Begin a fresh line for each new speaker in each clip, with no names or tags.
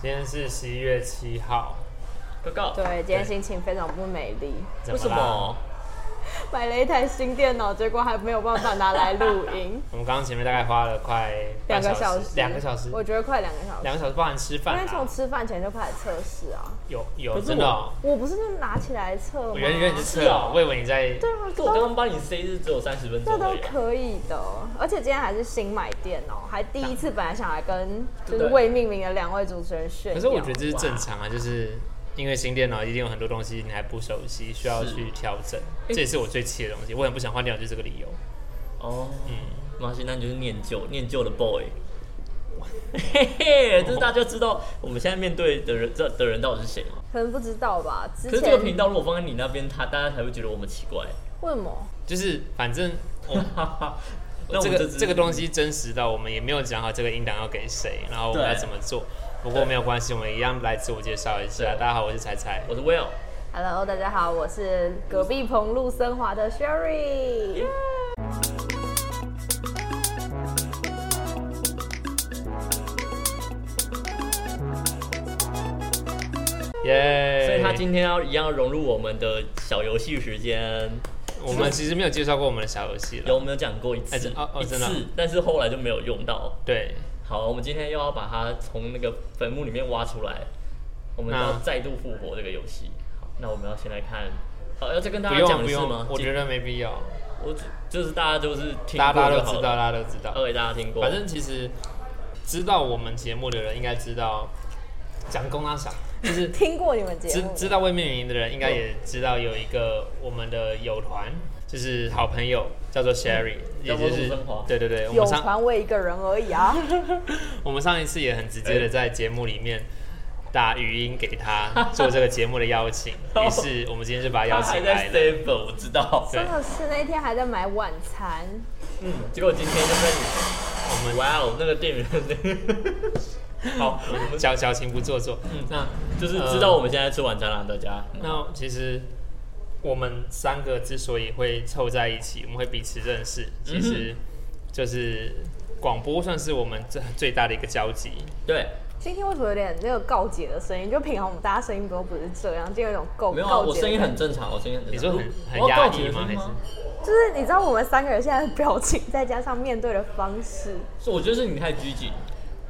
今天是十一月七号，
哥哥，
对，今天
对
心情非常不美丽，
怎
为
么
什
啦？
么？
买了一台新电脑，结果还没有办法拿来录 音，
我们刚刚前面大概花了快半
两个
小
小时，
两个小时，
我觉得快两个小时，
两个小时包含吃
因
饭
为从
啦。
吃饭前就开始测试啊，
有有
可是
真的哦，
我不是就拿起来测吗？
我原来以为你是吃
是
了
哦，
我以为你在
对啊，
可我刚
都
刚帮你塞是只有三十分
这
钟而
都
已啊。
可以的，而且今天还是新买电脑，还第一次，本来想来跟就是
对
未命名的两位主持人炫
可
耀，
是我觉得这是正常啊，就是因为新电脑一定有很多东西你还不熟悉，需要去调整。这也是我最气的东西，我很不想换电脑，就是这个理由。
哦，
嗯，
马西，那你就是念旧，念旧的 boy。嘿嘿，就是大家知道我们现在面对的人，这的人到底是谁吗？
可能不知道吧，之
可是这个
前
频道如果放在你那边，他大家才会觉得我们奇怪。
为什么？
就是反正我
哈哈，那我
哦这
们
个
只是
这个东西真实到我们也没有讲好这个音档要给谁，然后我们
对
要怎么做。不过没有关系，我们一样来自我介绍一下。
对
大家好，我是彩彩。
我是 Will，
Hello，大家好，我是隔壁棚路森华的 Sherry。
耶！
所以他今天要一样融入我们的小游戏时间。
我们其实没有介绍过我们的小游戏
有我
了。
们有讲过一
哎
次
真哦，哦
一
真的啊
次，但是后来就没有用到。
对，
好，我们今天又要把它从那个坟墓里面挖出来，我们
那
要再度复活这个游戏。好，那我们要先来看，呃，要再跟大
不
家
用
讲
不
一次
用
吗？，
我觉
得
得没必要。
我只就是大家就是听
大家大
过
家
就
都知
好
道，
了，哦
大家都知道。
都给大家听过。
反正其实知道我们节目的人应该知道，讲公阿赏，就是
听过你们节
知
目？
知道未命名的人应该也知道有一个我们的友团，就是好朋友叫做 Sherry，、也
嗯叫
就
做
是
陆生华
对对对，我
有
们上
传我一个人而 已啊。
我们上一次也很直接的在节目里面。打语音给 他做这个节目的邀请，于是我们今天就把他邀
他还
请
在
来了。
save，我知 道。
对
真的是那天还在买晚餐，
嗯，结果今天就跟你，
我们
哇哦，那个店员，好， 我们
小小情不做作，
嗯
那
就是知道我们现在吃晚餐了，大家。
那其实我们三个之所以会凑在一起，我们会彼此认识，
嗯
其实就是广播算是我们最最大的一个交集。
对，
今天为什么有点那个告解的声音？就平常我们大家声音都不是这样，今天有一种告
没有啊，
告
我
解的
声音
感
很正常，我声音很
你
正
说
常。
很很
我要
压
告
抑
解
吗？
是
还是
觉，就是你知道我们三个人现在的表情，再加上面对的方式，
是我觉得是你太拘谨。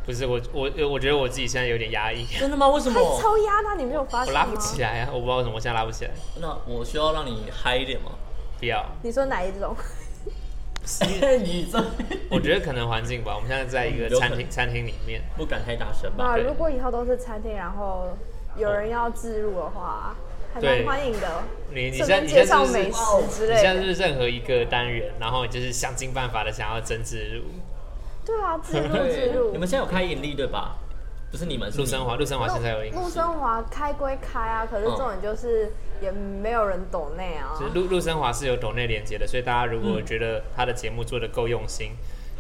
不是我我我觉得我自己现在有点压抑，
真的吗？为什
太超压那你没有发
我
现吗？
拉不起来啊！我不知道为什么我现在拉不起来。
那我需要让你嗨一点 吗？
不要，
你说哪一种？
你这
我觉得可能环境吧。我们现在在一个
嗯有可
餐
能
厅餐厅里面，
不敢太大声吧？
啊，
对
如果以后都是餐厅，然后有人要自入的话，还蛮
对
欢迎的。
你你现
顺
在
便
你
介
现在
绍
是不是
美食之
你
类
现在
的。
是不是任何一个单元，然后你就是想尽办法的想要争自入
对啊，自入自
对，
入。
你们现在有开盈利对吧？不是你们，是
陆生
华。
华，陆生华现在有一个
嗯陆生华开归开啊，可是
嗯
重点就是也没有人懂内啊
其。实陆陆生华是有抖内连接的，所以大家如果觉得他的节目做的够用心、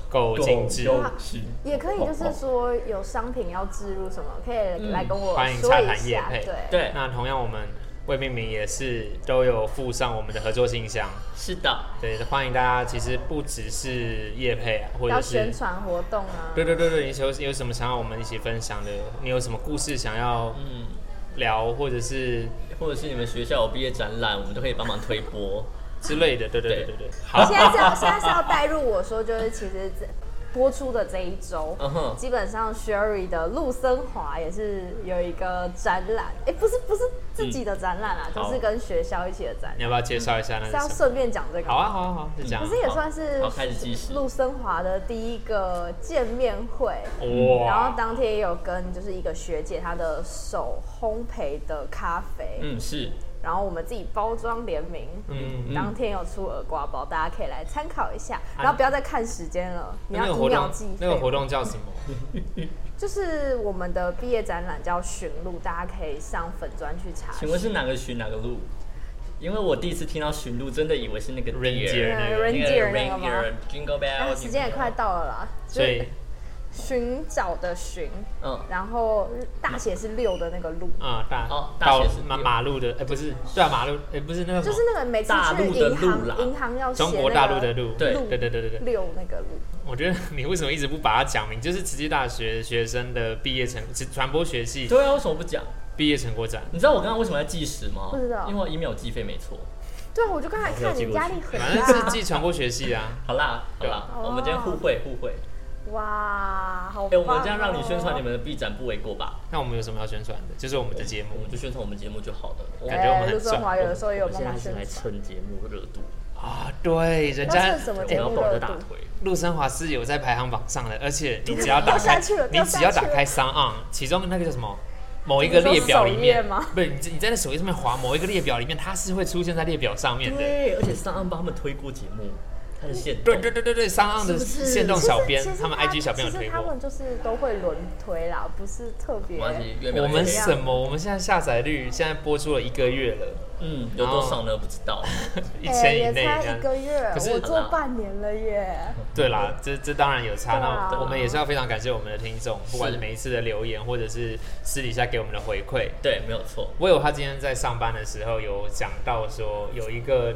够精致，
够是
啊也可以，
哦
就是说有商品要置入什么，可以来跟
嗯
我
欢迎
说
洽
一
谈业
下。
配。
对，
对，
那同样我们未命名也是都有附上我们的合作信箱，
是的，
对，欢迎大家。其实不只是业配啊，或
要
者是
宣。传活动啊。
对对对对，你有有什么想要我们一起分享的？你有什么故事想要
嗯，
聊，或者是
或者是你们学校有毕业展览，我们都可以帮忙推播。
之类的？对对对对对。
现 在是要现在是要带入我说，就是其实这播出的这一周，
嗯哼，
基本上 Sherry 的陆森华也是有一个展览，哎、不是不是自己的展览啊，
嗯
就是跟学校一起的展
你要不要介绍一下那
览，是要
个？
顺便讲这个。
好啊，好啊，好啊，就这样
可
啊。
是也算是
好好开始计时
陆森华的第一个见面会，
哇，
然后当天也有跟就是一个学姐她的手烘焙的咖啡，
嗯，是
然后我们自己包装联名。
嗯，
当天有出耳瓜包，大家可以来参考一下，
啊
然后不要再看时间了，你
那
要
个
一
活
秒
动
记。
那个活
动
动叫什么？
就是我们的毕业展览叫寻路，大家可以上粉专去查询。
请问是哪个寻哪个路？因为我第一次听到寻路，真的以为是那个
Reindeer
呃
那个
reindeer 那个吗？
Jingle
然
Bell，
后时间也快，到了啦，就
所
是
以
寻找的寻，
嗯，
然后大写是六的那个路，
啊、大
哦大
到
学是
马
六
马路的，哎、不是，对啊，马路，哎、不是那个什
就
么
是那个每次
大
去
陆的
银
路啦
行，银行要写
中国
那
大
个
陆的路，
对
对对对对对，
六那个路，
我觉得你为什么一直不把它讲明？就是慈济大学学生的毕业成其传播学系
对啊，为什么不讲？
毕业成果展，
你知道我刚刚为什么要计时吗？
不知道
因为 email 计费没错。
对啊，我就刚才看你压力很
反正是
大。
寄传播学系啊。
好啦，好
对
啦，
哦
我们今天互惠互惠。
哇，好棒哦、
哎、我们这样让你宣传你们的 B 展不为过吧？
那我们有什么要宣传的？就是我们的节
我
目
们就宣传我们节目就好了。我
感觉我们
哎
很
陆生华有的时候也有
我们
帮
现
忙
在是
宣
来
传。
蹭节目热度，
啊，对，人
那
家
是什么
我
节
要
目
抱
热
着大
度？
腿。
陆生华是有在排行榜上的，而且你只要打
掉下
开
去了，
你
掉下
只要打
去了
开 s on，其中那个叫什么某一个列表里
你说首页
面
吗，
不是你在你在那首页上面划某一个列表里面，它是会出现在列表上面的。
对，而且上岸帮他们推过节目，他的线
对对对对对，上岸的
是不是
线动小编
其实，其实
他们 IG 小编有
其
推
实他
过。
们就是都会轮推啦，不是特别
没。关系，越描越
我们
黑
什么？我们现在下载率现在播出了一个月了，
嗯有多少呢？不知道。
一千以
哎也
内
才
这样
一。个月，
可是
我做半年了耶。
对啦，这这当然有差。
对啊
那我们也是要非常感谢我们的听众，不管是每一次的留言，或者是私底下给我们的回馈。
对，没有错。
我有他今天在上班的时候有讲到说，有一个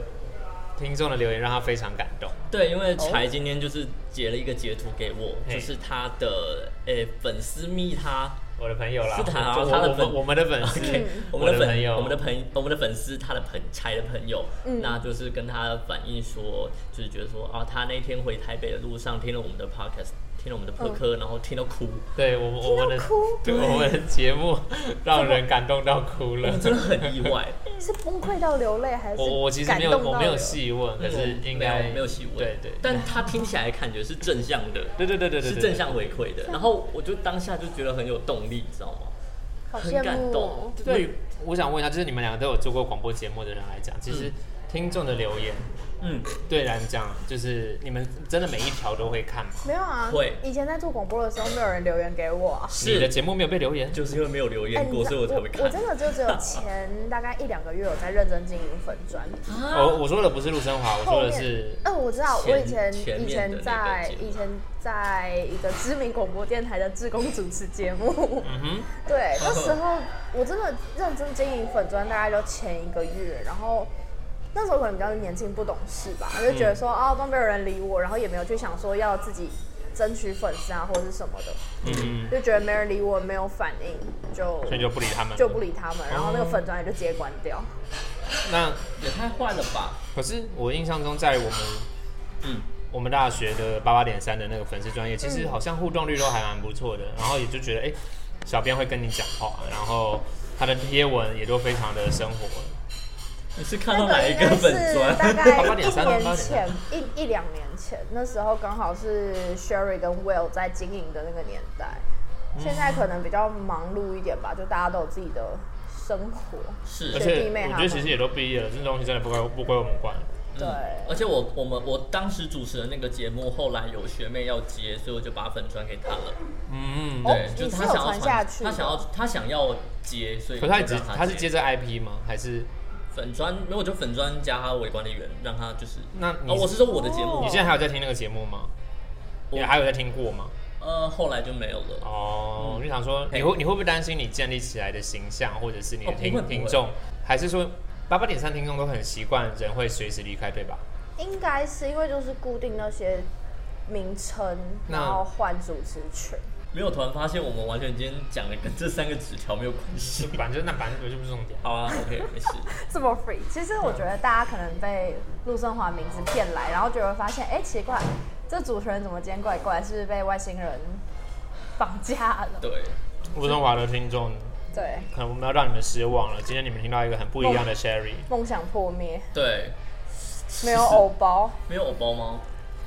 听众的留言让他非常感动。
对，因为柴今天就是截了一个截图给我，
嘿
就是他的诶、粉丝密他，
我的朋友啦，
是他啊
就我
他的
我
粉
们我们的粉丝
OK，
我
我
嗯
们的粉
朋友，
我们的朋我们的粉丝，他的朋柴的朋友，
嗯
那就是跟他反映说，就是觉得说啊，他那天回台北的路上听了我们的 podcast，听了我们的
嗯
播客，然后听到哭，
对我们我们的
听到哭
对我们的节目让人感动到哭了
我。真的很意 外。
是崩溃到流泪，还是
我我其实
感
没有
动到
我没有
流
细问，可是应
嗯没
该
有没有细问，
对对，
但他听起来感觉是正向的，
对对对对对
是
对
正向回馈的。然后我就当下就觉得很有动力，你知道吗？
好
很
羡
感
慕
动
哦。
对，我想问一下，就是你们两个都有做过广播节目的人来讲，其实
嗯
听众的留言
嗯，
对来讲，就是你们真的每一条都会看吗？
没有啊，
会
以前在做广播的时候，没有人留言给我啊。
你的
是，
节目没有被留言，
就是因为没有留
哎
言
你
过，
知
所以我才
道
会
我
看。
真的就只有前大概一两个月有在认真经营粉 砖。
啊
哦我我说的不是陆生华，我说的是
嗯、我知道，
前
我以前
前
以
面的
前在
那个节目
以前在一个知名广播电台的志工主持节目，
嗯哼，
对，那时候我真的认真经营粉砖，大概就前一个月，然后。那时候可能比较年轻不懂事吧，
嗯
就觉得说、哦都没有人理我，然后也没有去想说要自己争取粉丝啊或者是什么的，
嗯哼，
就觉得没人理我，没有反应，就
所以就不理他们，
就不。理他们，然后那个粉砖也就直接关掉。
那
也太坏了吧？
可是我印象中，在我们
嗯，
我们大学的八八点三的那个粉丝专业，其实好像互动率都还蛮不错的，然后也就觉得哎、诶小编会跟你讲话，然后他的贴文也都非常的生活。
你是看
那
到哪一个粉砖？
大概一
88.3
年前，一一两年前，那时候刚好是 Sherry 跟 Will 在经营的那个年代。现在可能比较忙碌一点吧，就大家都有自己的生活。
是
而
对
且
学弟妹
我
他
觉
们
得其实也都毕业了，这东西真的不归不归我们管。
对，
而且我我们我当时主持的那个节目，后来有学妹要接，所以我就把粉砖给她了。
嗯，
哦
对，就
你
是
是
她
有
想要
传下去
她想要
的
她想要接，所以
可是他
就
只
让她
他是接着 IP 吗？还是
粉砖，没有我就粉砖加她为管理员，让她就是
那你
哦，我是说我的节目
你，现在还有在听那个节目吗？
我
你还有在听过吗？
呃，后来就没有了。
哦，
嗯
我就想说，你
嘿
会你会不会担心你建立起来的形象，或者是你的
哦不会
听、
不会
听众，还是说八八点三听众都很习惯人会随时离开，对吧？
应该是因为就是固定那些名称，
那
然后换主持群。
没有，突然发现我们完全今天讲的跟这三个纸条没有关系。
反正那反正就不是重点。
好 啊，OK，没事。
这么 free。其实我觉得大家可能被陆振华名字骗来，然后就会发现，哎、奇怪，这主持人怎么今天怪怪？是不是被外星人绑架了？
对，
吴中华的听众，
对，
可能我们要让你们失望了。今天你们听到一个很不一样的 Sherry，
梦想破灭，
对，
没有偶包。
没有偶包吗？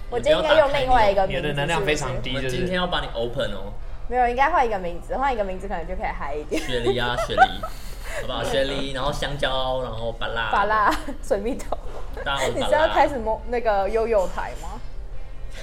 我
你
今
不要
天应该用
打开
另外一个
你
名字，
的能量非
是
常
不是
低，
我们
就
今天
是
要把你 open 哦，
没有，应该换一个名字，换一个名字可能就可以嗨 一点。
雪梨啊，雪梨，好 不好？雪梨，然后香蕉，然后巴拉，
法，拉水蜜 桃，
当然我
你
们
是
巴
要
拉。
开始摸那个悠悠台吗？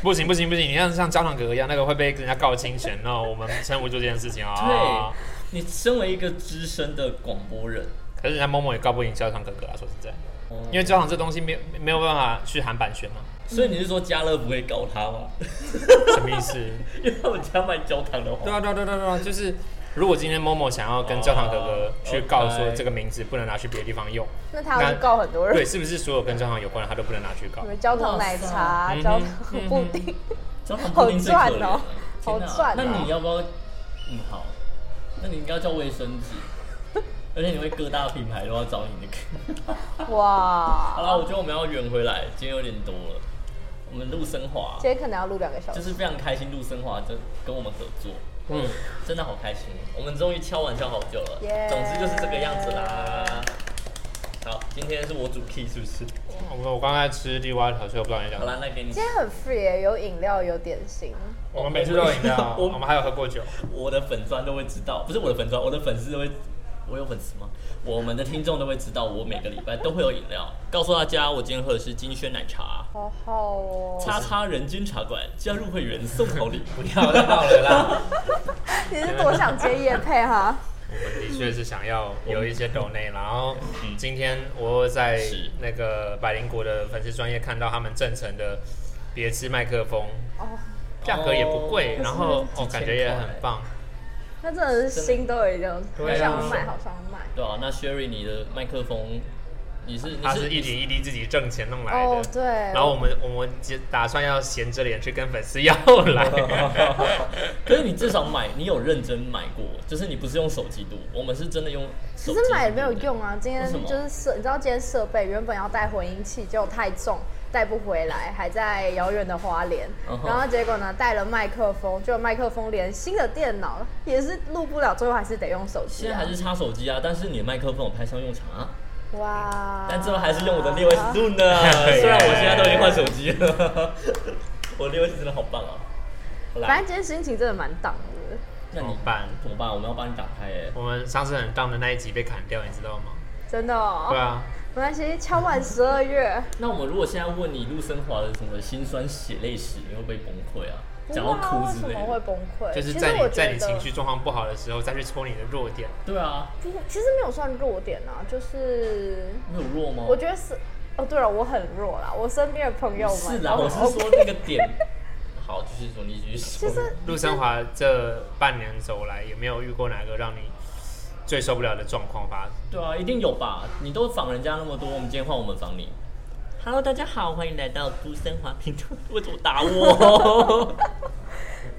不行不行不行，你像像焦糖哥哥一样，那个会被人家告侵权哦。我们撑不住这件事情啊。
对，你身为一个资深的广播人，
可是人家某某也告不赢焦糖哥哥啊，说实在，
哦
因为焦糖这东西没有没有办法去喊版 权啊，
所以你是说家乐不会搞他吗？
什么意思？
因为他们家卖焦糖的
对
话，
啊，对啊，对啊对啊对啊，就是如果今天某某想要跟焦糖哥哥去告说这个名字不能拿去别的地方用，
那他会告很多人
对，，是不是所有跟焦糖有关的他都不能拿去告
什？么焦糖奶茶
哇塞、
焦
嗯哼
糖布丁，
焦糖布丁最可
好
怜
赚
了、
哦
天哪
好赚哦
那你要不要？嗯，好，那你应该叫卫生 纸，而且你会各大品牌都要找你那 个。
嗯
好
哇，
啦，我觉得我们要圆回来，今天有点多了。我们陆生华
今天可能要录两个小
就
时，
是非常开心，陆生华真跟我们合作，
嗯，
真的好开心。我们终于敲完敲好久了
耶
总之就是这个样子啦。好，今天是我主 key 是不是？
嗯我我刚才吃地瓜条，所以我不知道你讲
好。啦，那给你
今天很 free，耶有饮料，有点心，
我们每次都有饮料，
我
我们还有喝过酒。
我的粉砖都会知道，不是我的粉砖，我的粉丝都会，我有粉丝吗？我们的听众都会知道，我每个礼拜都会有饮料，告诉大家我今天喝的是金萱奶茶。
好好哦。
叉叉人均茶馆加入会员送好礼，
不要再闹了啦！
你是多想接叶配 哈？
我们的确是想要有一些抖内，然后今天我在
是
那个百灵国的粉丝专业看到他们正成的别吃麦克风，
哦，
价格也不贵，
哦
然后
可是
哦感觉也很棒。
那真的是心都已经好
对
啊
想买，好想买。
对啊，那 Sherry 你的麦克风，你是你
他是一
你
点一滴自己挣钱弄来
哦，
的。
对。
然后我们我们就打算要闲着脸去跟粉丝要 来，
可是你至少买，你有认真买过，就是你不是用手机录，我们是真的用手
其
机。
实买也没有。用啊，今天
为什么
就是设，你知道今天设备原本要带混音器，结果太重，带不回来，还在遥远的花莲。
嗯哼
然后结果呢，带了麦克风，就麦克风连新的电脑也是录不了，最后还是得用手机、
现
啊。
在还是插手机啊，但是你的麦克风我派上用场啊。
哇！
但最后还是用我的六 S 录呢，
对
虽然我现在都已经换手机了，我六 S 真的好棒啊！好
反
啦
正，今天心情真的蛮荡的。
那
怎
你
么办？
怎么办？我们要帮你打开耶、
我们上次很当的那一集被砍掉，你知道吗？
真的哦，
对啊，
没关系，敲满十二月，
那我们如果现在问你陆生华的什么心酸血泪史，你会不会崩溃啊？讲
不
到
知道
哭
为
之
什
类
么会
的。
崩溃，
就是
其
在
实我
你在
觉
你
得
情绪状况不好的时候，再去戳你的弱点。
对啊，
不其实没有算弱点啊，就是
没有弱吗？
我觉得是，哦，对了，我很弱啦，我身边的朋友们，
是啦，我是
哦
说那个点。 好，继续说，你继续说。
其实
陆生华这半年走来，有没有遇过哪个让你最受不了的状况发生？
对啊，一定有吧？你都仿人家那么多，我们今天换我们仿你。Hello，大家好，欢迎来到都生华频道。 为什么打我？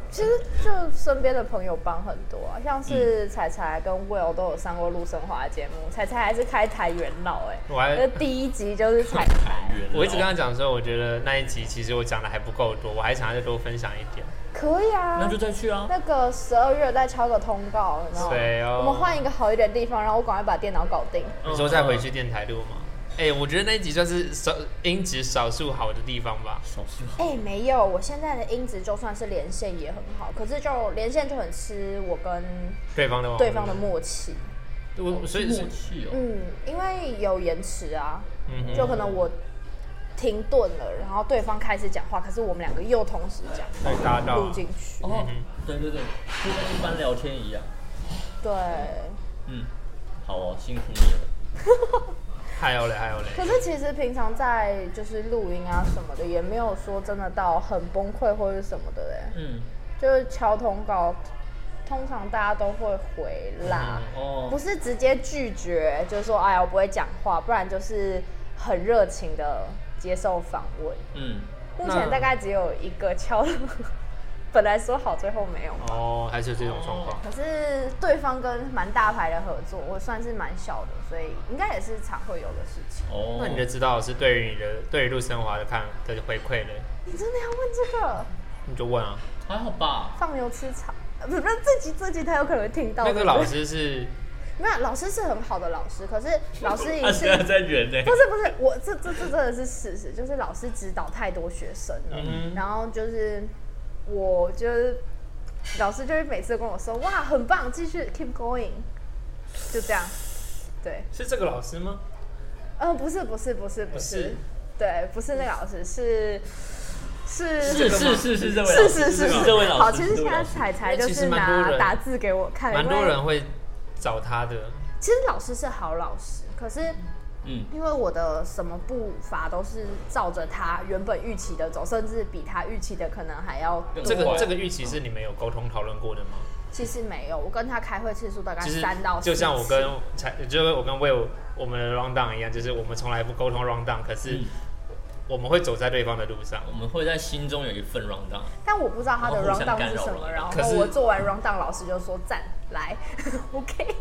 其实就身边的朋友帮很多啊，像是彩彩跟 Will 都有上过陆生华的节目，彩彩还是开台元老哎、
我还
那第一集就是 彩彩，
我一直跟他讲说，我觉得那一集其实我讲的还不够多，我还想要再多分享一点。
可以啊，
那就再去啊。
那个十二月再敲个通告，有没有？
对哦
我们换一个好一点的地方，然后我赶快把电脑搞定。
你说再回去电台录吗？哎、我觉得那一集算是少音质少数好的地方吧。
少数
哎、没有，我现在的音质就算是连线也很好，可是就连线就很吃我跟
对方的网络
对方的默契。
哦我所以
默契哦。
嗯，因为有延迟啊，
嗯哼
就可能我停顿了，然后对方开始讲话，可是我们两个又同时讲，
被搭到
录，进去。
哦，对对对，就跟一般聊天一样。
对，
嗯，好哦，辛苦你了。
还有嘞，还有嘞。
可是其实平常在就是录音啊什么的，也没有说真的到很崩溃或者什么的嘞，
嗯，
就是敲通告，通常大家都会回啦。不
哦，
是直接拒绝，就是说哎呀我不会讲话，不然就是很热情的接受访问。
嗯，
目
那
前大概只有一个敲了， 本来说好最后没有，
哦，还是有这种状况。
可是对方跟蛮大牌的合作，我算是蛮小的，所以应该也是常会有的事情。
哦，
那你就知道是对于你的对于陆生华的看的回馈嘞，
你真的要问这个
你就问啊。
还好吧？
放牛吃草？呃不是自己自己，他有可能会听到。
那
对
个
不对
老师是
没有老师是很好的老师，可是老师
他
也
啊现
啊
是
在在圆呢
不。是不是，我这这这真的是事实，就是老师指导太多学生了，
嗯
然后就是我就是老师就会每次跟我说哇很棒，继续 keep going，就这样，对，
是这个老师吗？
呃不是不是不是
不
不
是，
对不是那个老师是是
是是是是这位老
是
师，
是是
这位老师。
好，其实
这
现
位老
在
师
彩彩
因为
就
其实
是
蛮多
拿
人
打字给我看，
蛮
因
多
为
人会找他的。
其实老师是好老师，可是。
嗯，
因为我的什么步伐都是照着他原本预期的走，甚至比他预期的可能还要多。
这
对
个这个预期是你们有沟通讨论过的吗？
其实没有，我跟他开会次数大概
其实
三到四次。
就像我跟才，就是我跟 Will 我们的 round down 一样，就是我们从来不沟通 round down，可是
嗯
我们会走在对方的路上。
嗯
我们会在心中有一份 round down。
但我不知道他的
然后互相
round
干
down 是
扰
什么，
round down
然
可
后
是
我做完 round down，老师就说赞来 ，OK，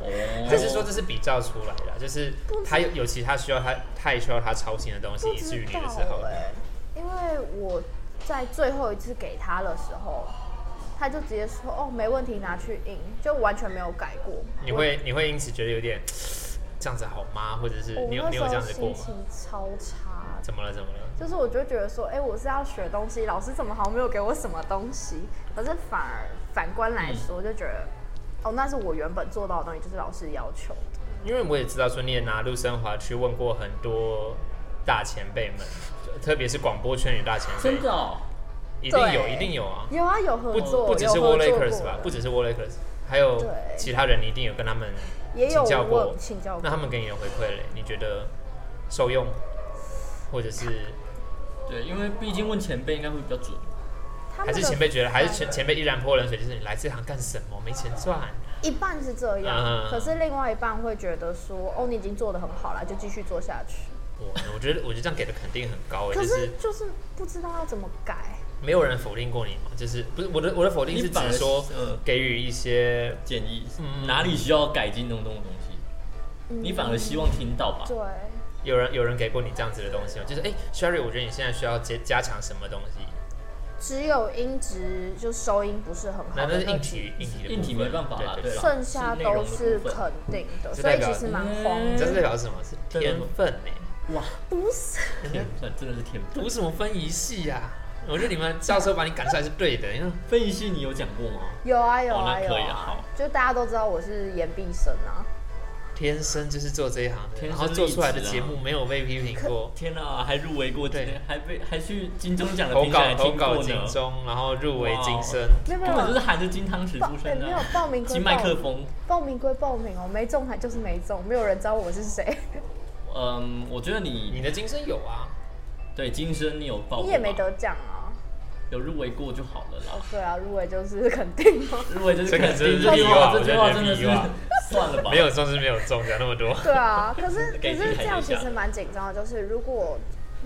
哦，
还是说这是比较出来的啊，就是他有有其他需要他太需要他操心的东西，
不
以至
知
于你
道
的时候，
哎、因为我在最后一次给他的时候，他就直接说哦没问题，拿去印，就完全没有改过。
你会你会因此觉得有点这样子好吗？或者是
我
你有
那
你
时
有这
候
样子过
心
吗？
情超差，
怎么了怎么了？
就是我就觉得说，哎、我是要学东西，老师怎么好像没有给我什么东西？可是反而反观来
嗯
说，就觉得、哦，那是我原本做到的东西，就是老师要求的。
因为我也知道说你也拿陆生华去问过很多大前辈们，就特别是广播圈里大前辈
真，的哦，
一定有
对
一定有啊，
有啊，有合
不
作，
不只
有
是
合
w a
作
l l a k e r s
过
吧
的，
不只是 w a l l a k e r s 还有
对
其他人你一定有跟他们
也有
请教过
问，请教过
那他们给你的回馈嘞，你觉得受用，或者是
对，因为毕竟问前辈应该会比较准。
他
还
们
是
的
前辈觉得还是前前辈依然泼冷水，就是你来这行干什么，没钱赚。
一半是这样，
嗯
可是另外一半会觉得说，哦，你已经做的很好了，就继续做下去。
我我觉得我觉得这样给的肯定很高诶，
可
就是是
就是不知道要怎么改，
没有人否定过你嘛，就是不是我的我的否定
你
是
反而
指说
是嗯
给予一些
建议，
嗯
哪里需要改进东东的东西，
嗯
你反而希望听到吧？
对，
有人有人给过你这样子的东西吗？就是哎、s h e r r y 我觉得你现在需要加加强什么东西？
只有音质就收音不是很好
那那
的
是
那
硬
几
体硬体的部分
硬体没办法啦，
对
对
对
啦，
剩下都是
内容的部嗯
肯定的，
是
所
代
以
表
其实蛮慌
你知道这
的。
代表是什么？是天分欸呢、
分哇，
不是，
天分真的是天分。啊
读什么分仪系呀、我觉得你们教授把你赶出来是对的，因为
分析系你有讲过吗？
有啊有
哦
啊
那
有
可以啊
啊
好，
就大家都知道我是研毕生啊。
天生就是做这一行的，
天生
然后做出来的
丽质啊
节目没有被批评过，
天啊，还入围过今天，
对
还被还去金钟奖的
投
评审
稿
还
投
听
稿
过
金
呢，哦
钟，然后入围金声，
没有没
根本就是
有
含着金汤匙
报
出
哎
生
没
的
有
啊，
报名归
金麦
报
克
名，
风。
报名归报名哦，没中还就是没中，没有人知道我是谁，
嗯，我觉得
你
你
的金声有啊，
对金声你有报过吧，
你也没得奖啊。
有入围过就好了啦。
对啊，入围就是肯定嘛。
入围就是
这个
肯
真
定，
是
这句
屁
话
话
这句话
我觉得
真的
屁
是
话
算了吧，
没有中就是没有中，讲那么多。
对啊，可是可
给自己
是这
台阶
样其
下
实蛮紧张的，就是如果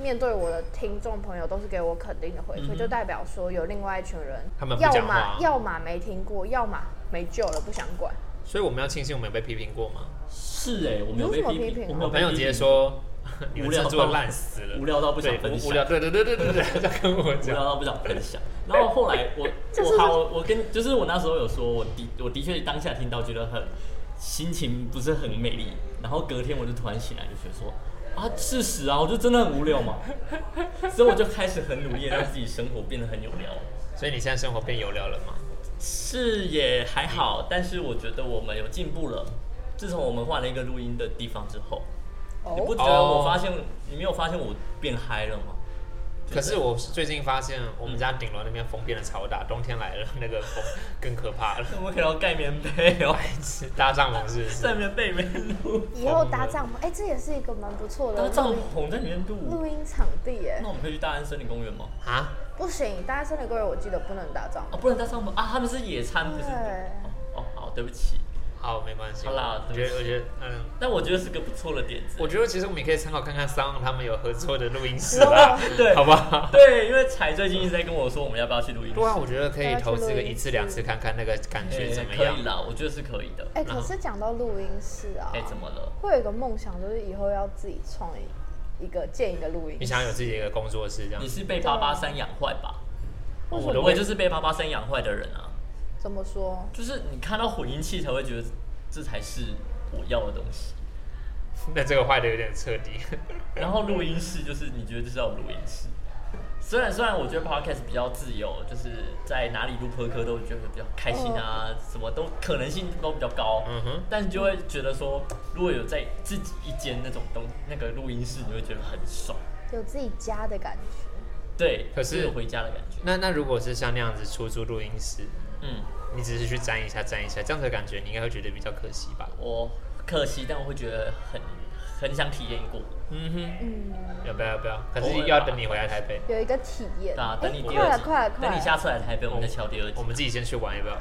面对我的听众朋友都是给我肯定的回
嗯
馈，
哼
就代表说有另外一群人，
他们不
要
讲话
么要么没听过，要么没救了不想管。
所以我们要庆幸我们有被批评过吗？
是哎，我没有被
你为什么
批
批评
评，
啊
我没
我
有
朋
被
友
批
直接
评。
说你们
无聊
制
到
作烂死了，
无聊到不想
对
分享
无聊对对对对对对， 他跟我
无聊
讲，
到不想分享。然后后来我
就是
我好我我跟就是我那时候有说，我的我的确当下听到觉得很心情不是很美丽，然后隔天我就突然醒来就觉得说啊事实啊，我就真的很无聊嘛，所以我就开始很努力地让自己生活变得很有聊。
所以你现在生活变有聊了吗？
是也还好，但是我觉得我们有进步了。自从我们换了一个录音的地方之后，你不
哦，
觉得我
哦
发现你没有发现我变嗨了吗？
可是我最近发现我
嗯
们家顶楼那边风变得超大，冬天来了 那个风更可怕了。
我们可能要盖棉被哦，
是搭帐篷是不是？
晒棉被没录。
以后搭帐篷，哎、这也是一个蛮不错的
搭帐
录音
篷在里面录，
录音场地耶
那。我们可以去大安森林公园吗？
啊？
不行，大家森林公园我记得不能搭帐
啊，
篷。
不能搭帐篷啊，他们是野餐，不是？
对
哦，好，对不起。
好，没关系。
好啦
我觉得，我觉得，嗯，
但我觉得是个不错的点子。
我觉得其实我们也可以参考看看三浪他们有合作的录音室
如
啦
果，
对
好不好？
对，因为彩最近一直在跟我说，我们要不要去录音室？
对啊，我觉得可以投资个一次两次看看那个感觉
哎
怎么
可
样
以。啦，我觉得是可以的。
哎、可是讲到录音室啊，
哎，怎么了？
会有一个梦想，就是以后要自己创一一个建一个录音室。
你想有自己的一个工作室这样
你？是被八八三养坏吧？
为什
我的
么？
我也就是被八八三养坏的人啊，
怎么说？
就是你看到混音器才会觉得这才是我要的东西，
那这个坏的有点彻底。
然后录音室就是你觉得就是要有录音室。虽然虽然我觉得 podcast 比较自由，就是在哪里录播客都觉得比较开心啊，什么都可能性都比较高。
嗯哼，
但是就会觉得说，如果有在自己一间那种东那个录音室，你会觉得很爽。
有自己家的感觉。
对，
可是
就有回家的感觉。
那那如果是像那样子出租录音室，
嗯，
你只是去沾一下沾一下，这样子的感觉你应该会觉得比较可惜吧？
我可惜，但我会觉得很很想体验过。
嗯哼，
嗯，
要不要要不要？可
偶尔
是
吧
要等你回来台北，
有一个体验。
对啊，
哎
等你第
快
二
了，
集，
快了，快了！哦
等你下次来台北，我们再敲第二集
我。们自己先去玩要不要？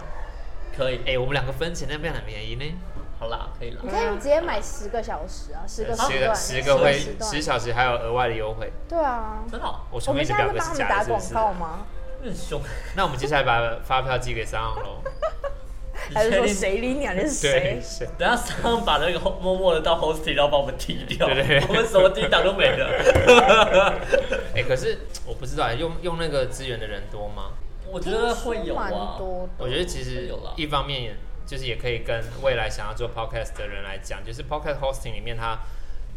可以，
哎、我们两个分钱那边很便宜呢。
好好啦，可以啦
你。可以直接买十个小时啊，十个时
十个
段，
十个会
时段
十小时，还有额外的优惠。
对啊。
真的哦、
我
我
前面
们
一直表格是
现在在帮你
假
打
的，是不
广
是？
告吗？
你很 凶，
那我们接下来把发票寄给三号喽。
你
还是
确
说
定？
谁理你啊？你是
对
谁，？
是
等下上把那个默默的到 hosting，然后把我们踢掉，
对对对
我们什么低档都没了。
哎、可是我不知道用用那个资源的人多吗？
我觉
听
得
说
会有
蛮
啊，
多的，
我觉得其实
嗯有啦
一方面也就是也可以跟未来想要做 podcast 的人来讲，就是 podcast hosting 里面它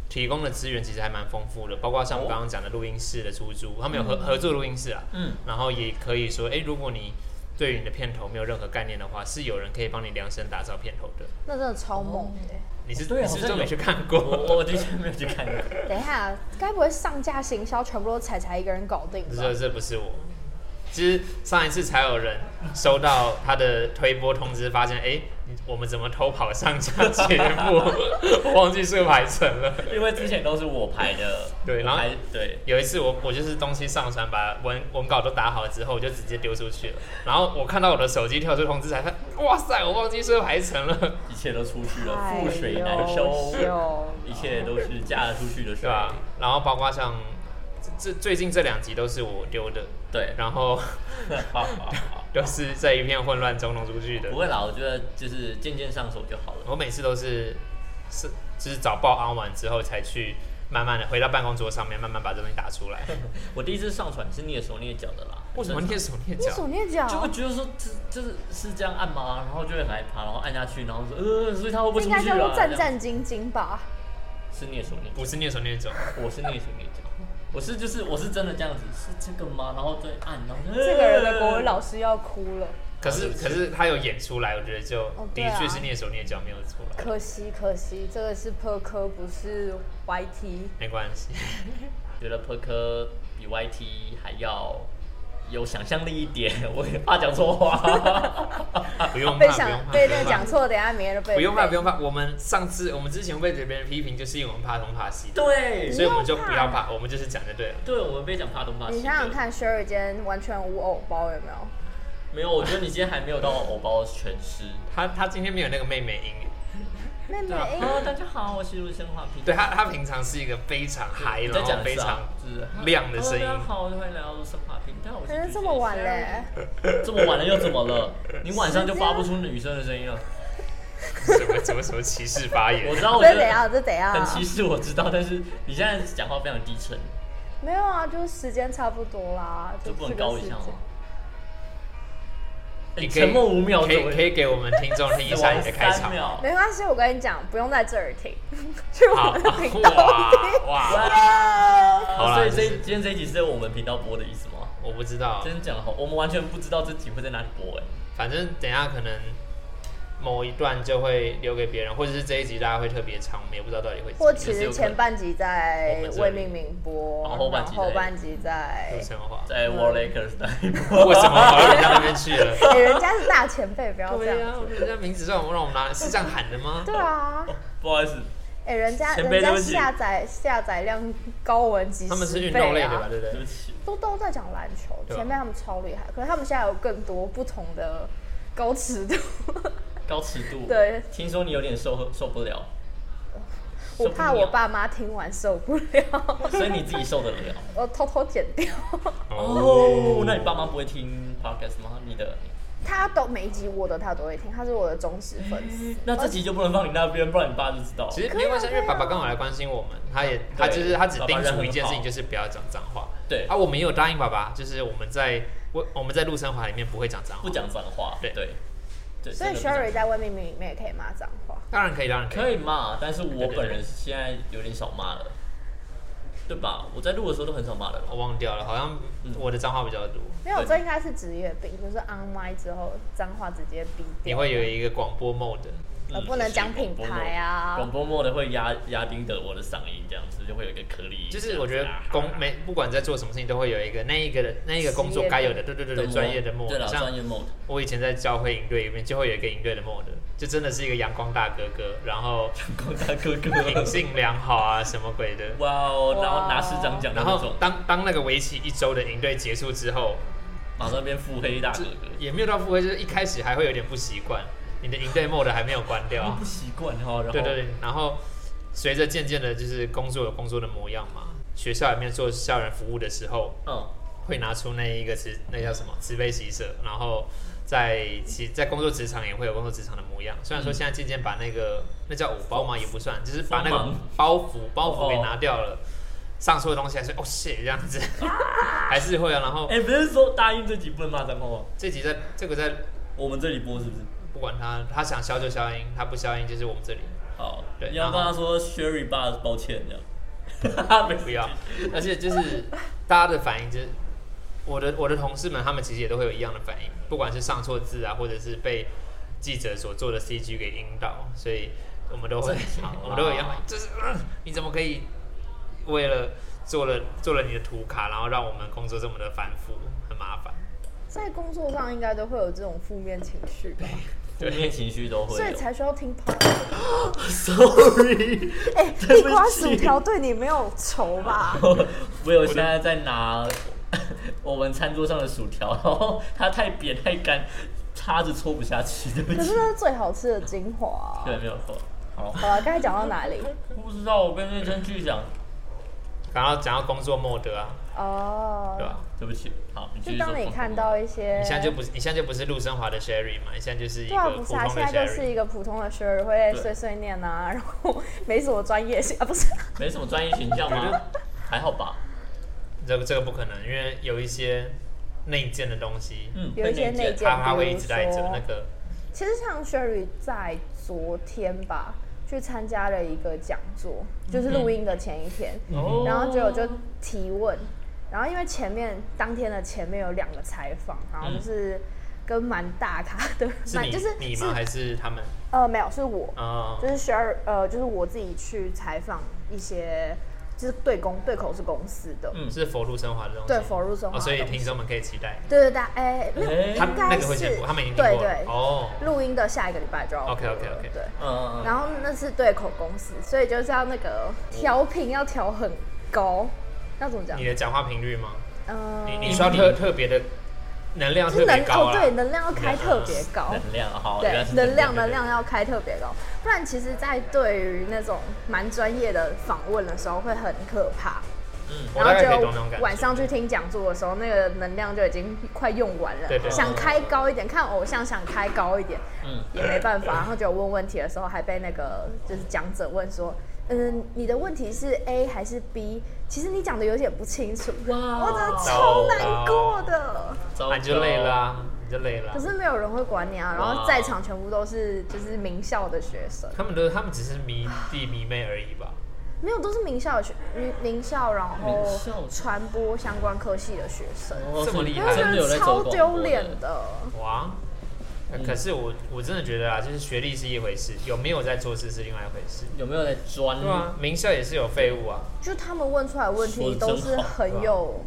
提供的资源其实还蛮丰富的，包括像我刚刚讲的录音室的出租，他们有合合作录音室啊，
哦嗯，
然后也可以说，哎、如果你对于你的片头没有任何概念的话，是有人可以帮你量身打造片头的。
那真的超猛的。
你是、
对啊
你是不是
好像
都没
有
去看过？
我我的确没有去看过。
等一下，该不会上架行销全部都彩彩一个人搞定吧？
这这不是我。其实上一次才有人收到他的推播通知，发现哎、诶我们怎么偷跑上架节目？ 我忘记是排程了。
因为之前都是我排的，
对
我
然后
排对，
有一次我我就是东西上传，把文文稿都打好了之后，我就直接丢出去了。然后我看到我的手机跳出通知，才发现哇塞，我忘记是排程了，
一切都出去了，
太
覆水难
优
收，
秀
一切都是嫁了出去的
对啊吧、
水。
然后包括像这这最近这两集都是我丢的，
对，
然后
好好好，
都是在一片混乱中弄出去的
不。会啦，我觉得就是渐渐上手就好了。
我每次都是是就是早报安完之后才去慢慢的回到办公桌上面，慢慢把这东西打 出来。
我第一次上传是蹑手蹑脚的啦，
为什么
很
蹑
正
手蹑
你手
脚？
捏
常就会
脚，
觉得说这这是是这样按吗？然后就会很害怕，然后按下去，然后说呃，所以他会不会
这
出
应
去
该叫
了
做？战
这样
战兢兢吧？
是蹑手蹑脚，
不是蹑手蹑脚，
我是蹑手蹑脚，我是就是我是真的这样子，是这个吗？然后再按，然后就
这个人的国文
呃
老师要哭了，
可是可是他有演出来，我觉得就
哦对
的
啊
确是蹑手蹑脚没有错啦。
可惜可惜，这个是 per 科不是 YT。
没关系，
觉得破科比 YT 还要有想象力一点， 我也怕讲错 话。
不用
啊被
怕，不用
想
怕，
对
不
对
用怕
讲错，等一下明天就被
不用怕，不
用
用怕。我们上次我们之前被别人批评，就是因为我们怕东怕西，
对，
所以我们就
不要
不
怕
要怕，我们就是讲就对了。
对我们被讲怕东怕西。
你想想，看，Sherry 今天完全无偶包有没有？
没有，我觉得你今天还没有到偶包全失。
他他今天没有那个妹妹音，
嗯妹妹，
对啊，
哎
哦，大家好，我是陆生华平。
对他他平常是一个非常嗨，
你
然
再
后
讲
非
一次
常
啊就是
亮的声音
Hello，大家好，欢迎来到陆生华平。但我是
可是
DJ
啊这么晚
Sherry
嘞，
这么晚了又怎么了？你晚上就发不出女生的声音了。
什么什么什么歧视发言
我。知道，我
这
觉
等
得
一下这等一
很歧
下，
视，我知道，但是你现在讲话非常低沉，
没有啊，就是时间差不多啦，
就不
这
能
个
高一
时
下吗
间。？
你
可以
沉默五秒
可
怎
以
么
可以给我们听众听一下你的开场
三。秒
没关系，我跟你讲，不用在这儿听，去我
好
们的频道 听。
哇哇，
哇！
好啦
所以
就是
这今天这一集是在我们频道播的意思吗？
我不知道，
真讲得好，我们完全不知道这集会在哪里播哎、
反正等一下可能某一段就会留给别人，或者是这一集大家会特别长，我们也不知道到底会
或
怎么
其实前半集在未命名播，
然后后半集在
后半集在
样。陆，生话。
在
嗯
War Lakers 那里播。
为什么跑到人家那边去 了？
哎人家是大前辈，不要这
对
样。
啊，我觉得人家名字让我让我们拿是这样喊的吗？
对啊，
不好意思，
哎，人家
前辈
人家
对不起
下载下载量高文几
他们是
十
运动
倍
类的吧，
啊，
对不
对
对
不？起。
都都在讲篮球，
对啊
前面他们超厉害，可是他们现在有更多不同的高尺度，
高尺度。
对，
听说你有点受受不了，
我怕我
受不了，
爸妈听完受不了，
所以你自己受得了。
我偷偷剪掉。
哦，那你爸妈不会听 podcast 吗？你的，
他都每一集我的他都会听，他是我的忠实粉
嗯
丝。
嗯那这集就不能放你那边，不然你爸就知道。
其实没关系，因为爸
啊
爸刚好来关心我们，他也他就是他只叮嘱一件事情，就是不要讲脏话。
对
啊，，我们也有答应爸爸，就是我们在我我们在陆生华里面不会讲脏话，
不讲脏话。
对
对，对
所
真的
以
不讲
Sherry 在外面明明里面也可以骂脏话，
当然可以，当然可以。
可以骂，但是我
对
本人现在有点少骂了，对吧？我在录的时候都很少骂人了。
我忘掉了，好像我的脏话比较多。
没有，
嗯对
这应该是职业病，就是 on mic 之后脏话直接逼
你
掉。
会有一个广播 mode，
嗯
呃不能讲品牌啊
广播末的会压压低的我的嗓音，这样子就会有一个颗粒。
就是我觉得
啊
工每不管在做什么事情，都会有一个那一个的那一个工作该有的，对对对对，专业的
对
mode。
啦，专
像
业 mode，
我以前在教会营队里面，就会有一个营队的 mode，就真的是一个阳光大哥哥，然 后
广大哥
品
哥，
性良好啊，什么鬼的。
哇哦，然后
哇
拿市长奖的
然
那
后
种，
当当那个为期一周的营队结束之后，
马上变腹黑大哥哥。
也没有到腹黑，就是一开始还会有点不习惯，你的营队 mode 还没有关掉
因为
啊
嗯不。习惯哈，然后
对对对，然后随着渐渐的，就是工作有工作的模样嘛。学校里面做校园服务的时候，
嗯，
会拿出那一个职，那叫什么慈悲喜舍，然后在其在工作职场也会有工作职场的模样。虽然说现在渐渐把那个那叫五包嘛也不算，就是把那
锋
个
芒
包袱包袱给
哦
拿掉了，上错的东西还是哦 shit 这样子， 还是会啊。然后
哎、不是说答应这集不能骂脏话吗？
这集在这个在
我们这里播是不是？
不管他他想消就消音，他不消音就是我们这里
好，
对
你要
然后
跟他说 Sherry 爸抱歉这样，没事
不要。而且就是大家的反应就是。我的我的同事们，他们其实也都会有一样的反应，不管是上错字啊，或者是被记者所做的 CG 给引导，所以我们都会
正常啦，
啊
我们都会一样，就是、呃你怎么可以为了做了做了你的图卡，然后让我们工作这么的繁复，很麻烦。
在工作上应该都会有这种负面情绪吧，
对
负面情绪都会有。哦
所以才需要听 podcast。
Sorry，
哎、
对
地
不
瓜
起
薯条对你没有仇吧？
我有现在在拿 我们餐桌上的薯条， 然后它太扁太干，叉子戳不下去， 对不
可
起
是。这是最好吃的精华、啊。
对，没有错。好，
好了，刚才讲到哪里？
我不知道，我跟认真去讲，
然后讲到工作莫得啊，
哦、
对啊吧？
对不起。好，你继
就
续说。
当你看到一些，
你现在就不是你现在就不是陆生华的 Sherry 嘛，你现在就是一
对啊，
个
不
普
是
通
啊，
的
现在就是
Sherry。
一个普通的 Sherry，会
对
碎碎念啊， 然后没什么专业性啊，不是？
没什么专业形象 吗？还好吧。
这个这个不可能，因为有一些内建的东西，
嗯，
有一些
会
内
内
建
他他会一直
比如
带着
说
那个
其实像 Sherry 在昨天吧，去参加了一个讲座，就是录音的前一天，
哦
然后结果就提问，然后因为前面当天的前面有两个采访，然后就是跟蛮大咖的，
是
蛮
你
就是
你
是
吗？还是他们？
呃没有是我，
啊、
就是 Sherry 呃就是我自己去采访一些就是对公对口是公司的，
嗯
是佛路生华的东西，
对佛入中华
哦，
的
所以
东
听
西。
众们可以期待。
对对对，哎、没有
哎
他们
应该
那个会
是
先播，他们已经听
对
过了
对，
哦，
录音的下一个礼拜就要播了。
OK，OK，OK
对。
嗯嗯嗯。
然后那是对口公司，所以就是要那个调频要调很高，要怎么讲
你？的讲话频率吗？
嗯、
你你需要特特别的能量
就是
特
能
别高
哦，
啦
对，能量要开特别 高，
能量好，原
对
来，是
能量
对对
能量要开特别高，不然其实，在对于那种蛮专业的访问的时候会很可怕。
嗯我大概可以
就
懂那种感觉。
晚上去听讲座的时候，那个能量就已经快用完了。
对对
想开高一点，看偶像想开高一点，
嗯
也没办法。然后就问问题的时候，还被那个就是讲者问说，嗯，你的问题是 A 还是 B？其实你讲的有点不清楚，
哇
我真的超难过的。
糟
啊
糕
你就累了、啊，你就累了啊、
可是没有人会管你啊，然后在场全部都是就是名校的学生，
他们都他们只是迷 弟迷妹而已吧？
没有都是名校的学名名校，然后
名校的
传播相关科系的学生，
哦
这么厉
因
害
为
真
真
的有在
的超
走
丢脸的。
哇！
嗯
可是我我真的觉得啊，就是学历是一回事，有没有在做事是另外一回事。
嗯
有没有在钻？
对啊，名校也是有废物啊。
就他们问出来的问题都是很有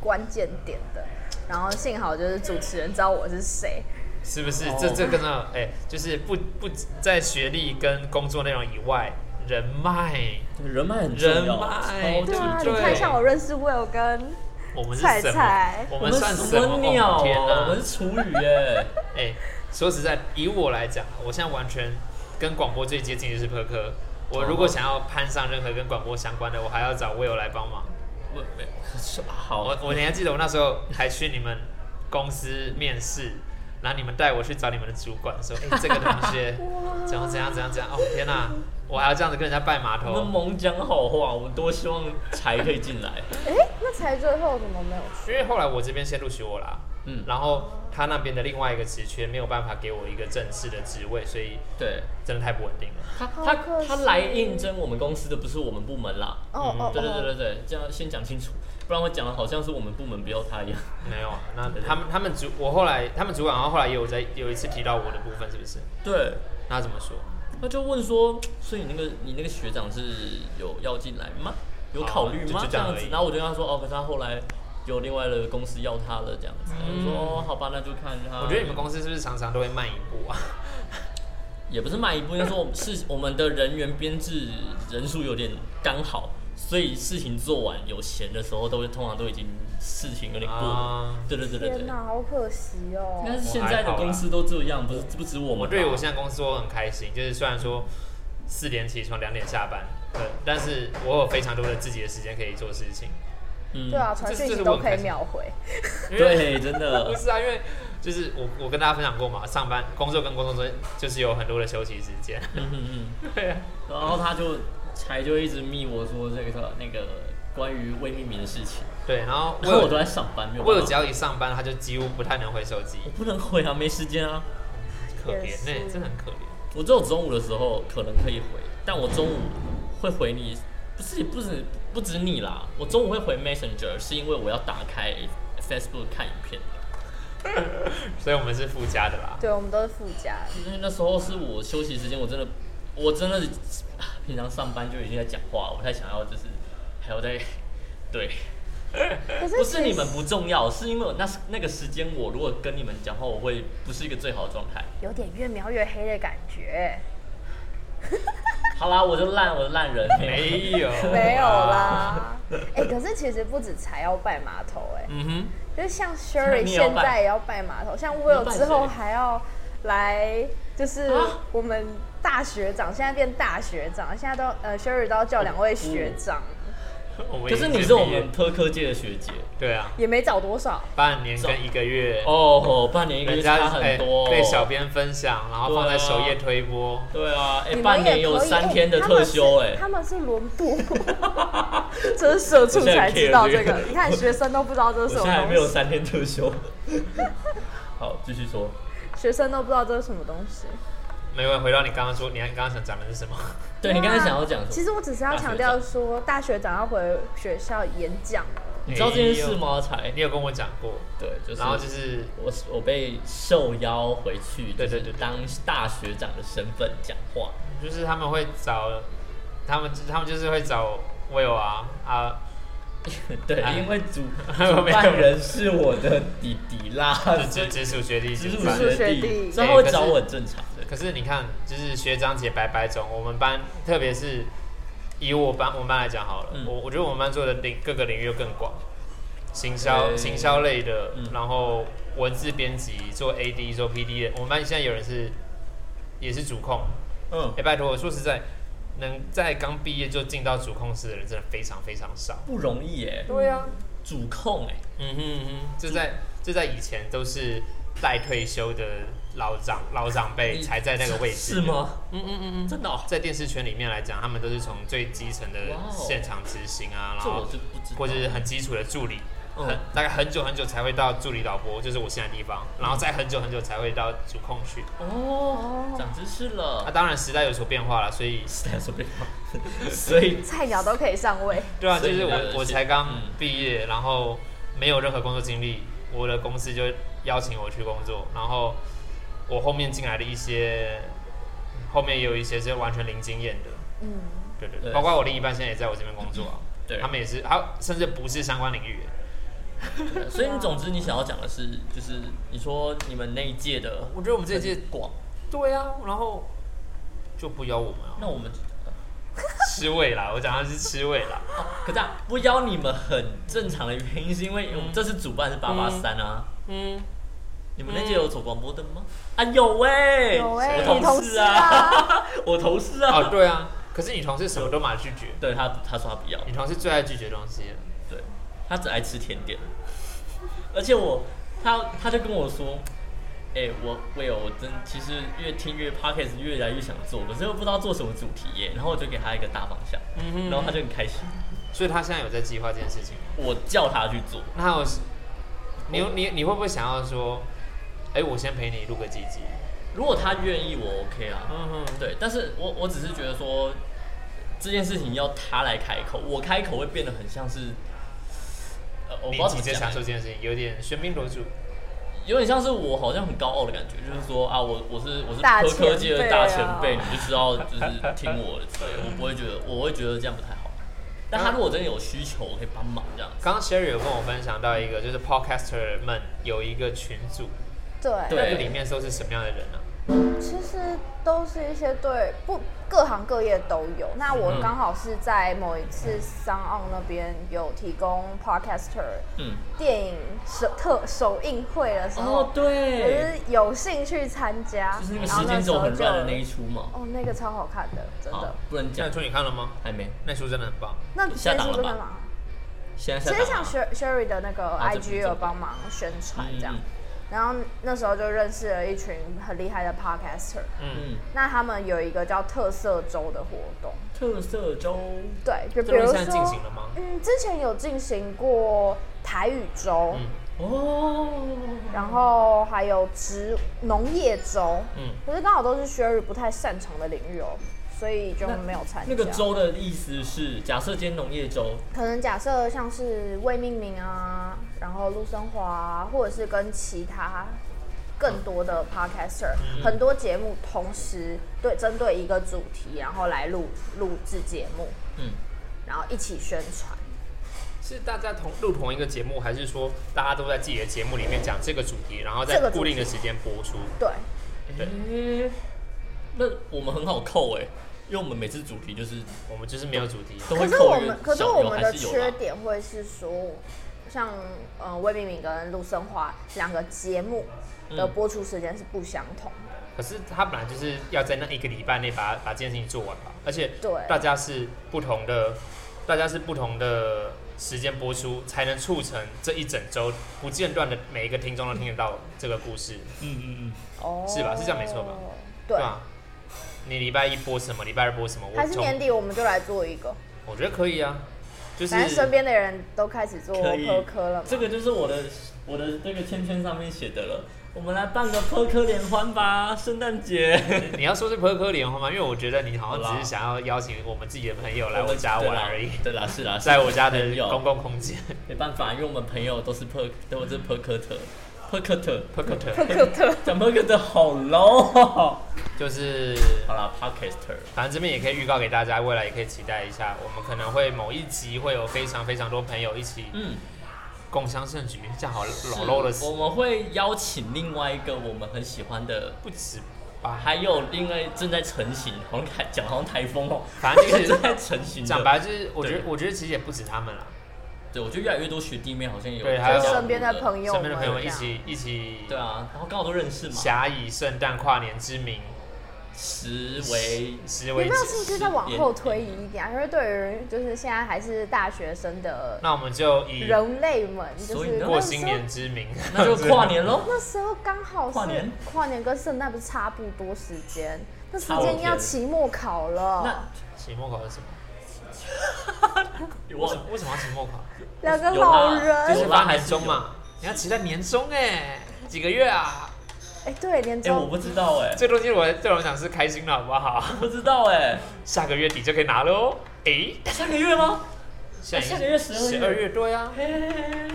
关键点的。然后幸好就是主持人知道我是谁，
是不是？
哦
这这更重要。哎、就是不不在学历跟工作内容以外，人脉，
对人脉很重要，
人脉
超级
对啊，你
对
重要
看像我认识 Will 跟
我们是
菜
什么
菜？
我
我
们
们
算
什
什么？
么鸟
哦、天
啊？我
哪
们！是厨余哎，
哎、说实在，以我来讲，我现在完全跟广播最接近的是科科。
哦
我如果想要攀上任何跟广播相关的，我还要找 Will 来帮忙。
我没有好
我我你还记得我那时候还去你们公司面试，然后你们带我去找你们的主管说，哎、这个同学怎样怎样怎样怎样，哦天哪、我还要这样子跟人家拜码头，
我们猛讲好话，我多希望才可以进来。
哎，那才最后怎么没有去？
因为后来我这边先录取我啦，
嗯，
然后他那边的另外一个职缺没有办法给我一个正式的职位，所以
对
真的太不稳定了。
他
好
他
可惜
他来应征我们公司的不是我们部门啦。
哦
嗯
哦，
对对对
哦
对对，这样先讲清楚，不然我讲的好像是我们部门不要他一样。
没有啊，那他们他们主我后来他们主管，然后后来也有在有一次提到我的部分，是不是？
对，
那他怎么说？
他就问说，所以你那个你那个学长是有要进来吗？有考虑吗？
哦就就
这
这样
样
而
子，
已
然后我就跟他说，哦，可是他后来有另外的公司要他了，这样子。我就说，哦，好吧，那就看他。
我觉得你们公司是不是常常都会慢一步啊？
也不是慢一步，应该说我们是我们的人员编制人数有点刚好，所以事情做完有闲的时候，都会通常都已经事情有点过了。
啊，
对对对对对
天。哪，好可惜哦
应。该是现在的公司都这样，不是不止我
我
们吧。
对我现在公司我很开心，就是虽然说四点起床，两点下班，对，但是我有非常多的自己的时间可以做事情。
嗯
对啊，传讯息都可以秒回。
因为
对，真
不
的，
是啊，因为就是我我跟大家分享过嘛，上班工作跟工作中间就是有很多的休息时间。
嗯嗯 嗯。
对啊，
然后他就才就一直密我说这个那个关于未命名的事情，
对，然后我
然后我
有
都在上班，没有
我有
办
只
法
要一上班，他就几乎不太能回手机，
我不能回啊，没时间啊。
可
也
怜
是
那、真的很可怜。
我只有中午的时候可能可以回，但我中午会回你，不是不止不止你啦，我中午会回 Messenger 是因为我要打开 Facebook 看影片，
所以我们是附加的啦。
对，我们都是附加。
因为那时候是我休息时间，我真的我真的 啊平常上班就已经在讲话了，我不太想要就是还要再 对。
可是
不是你们
其实
不重要，是因为我那时那个时间，我如果跟你们讲话，我会不是一个最好的状态。
有点越描越黑的感觉。
好啦，我就烂，我就烂人，
没有，
没有。啦。 哎、可是其实不止才要拜码头、哎、
嗯
就是像
像
Sherry
你也要
现在也要拜码头，像
你要
Will
拜
之后
谁
还要来，就是
啊
我们大学长，现在变大学长，现在都呃 Sherry 都要叫两位学长，
嗯
我
哼，
们
可
已
是
经
你是我
毕业
们科科界的学姐
对啊，
也没找多少。
半年跟一个月，
哦，半年一个
人
月
家
差很多、
哎被小编分享，然后放在首页推播。
对啊，哎、
你们
半
也
年有
可以
三
哎
天的
他
特
们是
休、哎、
他们是轮 布， 这是社畜
我现在
才
很 care
知道
这
这
个
个。你看学生都不知道这
我
是
现
什
在还
么
没有
东西，
三天特休。 好，继续说。
学生都不知道这是什么东西。
没有，回到你刚刚说，你刚刚想讲的是什么？
对你刚才想要讲什
啊其
么？
实我只是要强调说，大学长要回学校演讲
你知道这件事吗？才
你有跟我讲过，
对，就是
哎然后就是
我我被受邀回去，
对
就
对
是
对对
当大学长的身份讲话。
就是他们会找，他们他们就是会找 Will 啊啊，
对，
哎
因为主
没有
主办人是我的弟弟 啦，
直直属学弟
直
组
属
班。
学
学弟，
弟
所以他会找我很正常的。
哎可是你看，就是学长姐白白种，我们班特别是以我班我们班来讲好了，
嗯
我我觉得我们班做的领各个领域又更广，行销、
对
行销类的，
嗯
然后文字编辑做 AD 做 PD 的，我们班现在有人是也是主控，
嗯
哎、，拜托，我说实在，能在刚毕业就进到主控室的人真的非常非常少。
不容易耶，
对啊呀、
主控哎，
嗯哼嗯哼，这在这在以前都是待退休的老长老长辈
你
才在那个位置，
是？吗？
嗯嗯嗯嗯，
真的哦，
在电视圈里面来讲，他们都是从最基层的
哇哦
现场执行啊，然
这我
后
就不知道，
或者是很基础的助理，
嗯
很大概很久很久才会到助理导播，就是我现在的地方，然后再很久很久才会到主控去。
哦，长知识
那、
了，
当然时代有所变化了，所以
是在说废话， 所以
菜鸟都可以上位，
对啊，
所
就
以
是
你的
我我
是
才刚
嗯
毕业，然后没有任何工作经历，我的公司就邀请我去工作，然后我后面进来的一些，后面也有一些是完全零经验的，
嗯，
对对对，
对
包括我另一半现在也在我这边工作啊，
对
他们也是，他甚至不是相关领域，啊
所以你总之你想要讲的是，就是你说你们那一届的，
我觉得我们这一届
广，
对啊，然后嗯就不邀我们啊，
那我们
吃味啦，我讲他是吃味啦，
哦，可是啊，不邀你们很正常的原因，是因为我们这次主办是八八三啊。
嗯，
你们那届有走广播灯吗？啊，有喂、
有哎、
我
你
同
同
事
事
啊，
啊，
我同事啊。
哦对啊，可是你同事什么都马拒绝，
对他，他说他不要，
你同事最爱拒绝东西了，
对他只爱吃甜点，而且我他他就跟我说，哎、我我有我真其实越听越 podcast 越来越想做，可是又不知道做什么主题耶，然后我就给他一个大方向，
嗯哼
然后他就很开心，
所以他现在有在计划这件事情吗。
我叫他去做，
那我是，你有你你会不会想要说，哎、我先陪你录个几集？
如果他愿意我 OK 啊，
嗯哼，
对，但是我我只是觉得说这件事情要他来开口，我开口会变得很像是，呃，我不
你
知道怎么
直接
讲
享受
欸，
这件事情，有点喧宾夺主。
有点像是我好像很高傲的感觉，就是说啊，我我是我是
大
科科
前
界的
辈
大
啊
前辈，你就知道就是听我的之类的，我不会觉得我会觉得这样不太好。但他如果真的有需求，我可以帮忙这样子。
刚刚 Sherry 有跟我分享到一个，就是 Podcaster 们有一个群组，
对，
对
啊那个里面都是什么样的人呢、
其实都是一些对不各行各业都有。那我
嗯
刚好是在某一次 s o n 那边有提供 podcaster
嗯，
电影首特首映会的时候，
哦
我
对，
是有兴趣参加，
就是那个
然后
时间
时
轴
候
很
就
乱的那一出嘛，
哦，那个超好看的，真
啊
的。，
不能
这
讲
样，说你看了吗？
还没，
那书真的很棒，
那
下
这
档了
出真
吧
的吗？
现在
其
下
实
档
像
了
Sher- Sherry 的那个
啊这
IG 有帮忙宣传这样
嗯嗯，
然后那时候就认识了一群很厉害的 podcaster，
嗯，
嗯，
那他们有一个叫特色周的活动，
特色周，
对，就比
这东
如
西
说
现在进行了吗？
嗯，之前有进行过台语周，
嗯
哦，
然后还有植农业周，
嗯，
可是刚好都是 Sherry 不太擅长的领域哦，所以就
那
没有参加。
那个州的意思是，假设今天农业州，
可能假设像是未命名啊，然后陆生华、啊，或者是跟其他更多的 podcaster，、很多节目同时对针对一个主题，然后来录录制节目，
嗯，
然后一起宣传。
是大家同录同一个节目，还是说大家都在自己的节目里面讲这个主题，然后
这个
在
主题
固定的时间播出？
对，
对嗯
诶那我们很好扣哎、因为我们每次主题就是
我们就是没有主题，
都
可
会
是
扣
我
一个
们，可是
小
我
有
们
还
的
是有
缺
啦，
点会是说，像呃魏明明跟陆生华两个节目的
嗯
播出时间是不相同的。
可是他本来就是要在那一个礼拜内把把这件事情做完吧，而且
对
大家是不同的，大家是不同的时间播出，才能促成这一整周不间断的每一个听众都听得到这个故事，
嗯嗯嗯，
哦，
是吧是这样没错吧？
对，
吧？你礼拜一播什么，礼拜二播什么，我
还是
总
年底我们就来做一个。
我觉得可以啊，就是
反正身边的人都开始做
可以
科科了嘛。
这个就是我的我的这个签签上面写的了。我们来办个科科联欢吧，圣诞节。
你要说是科科联欢吗？因为我觉得你好像
好
只
啦
是想要邀请我们自己的朋友来我家玩而已，
对啦，对啦是啦，是
在我家的
朋
公
友，
共空间
没办法，因为我们朋友都是 per，都是 per 科特，per 科特，
p e r c t
科科特，
讲 per 科特好 low 哦。
就是
好啦 p o d c a s t e r
反正这边也可以预告给大家，未来也可以期待一下，我们可能会某一集会有非常非常多朋友一起
嗯，
共襄盛举，这样好老肉的
是
事
我们会邀请另外一个我们很喜欢的，
不止吧？
还有另外正在成型，好像台讲好像台风 哦、
反正就是
正在成型的。
讲，白就是，我觉得
对
我觉得其实也不止他们啦，
对我觉得越来越多学弟妹好像有
对还有
就
加入
身边的
了
朋友
身
们，
边的朋友们一，起一起
对啊，然后刚好都认识嘛，
假以圣诞跨年之名，
实 为
实
有没
为
有
己。
兴趣再往后推移一点啊？因为对于就是现在还是大学生的
那我们就以
人类们，就
所以
是
呢
过
那时
新
候
年之名，
那就跨 年喽。
那时候刚好是
跨年
跨年跟圣诞不是差不多时间，那时
差不
间
多
要期末考
那
了，
期末考是什么？为
我
什么为什么要期末考？
两个
有啦
老
就
人
是，
有啦
发年终嘛，你要期待年终哎、几个月啊？
哎，对，连
哎、我
周
不知道哎、
这东西我对我来讲是开心的，好不好？
不知道哎、
下个月底就可以拿了哦。诶，
下个月吗？
下
下个月12月
十二月对啊，
嘿嘿嘿嘿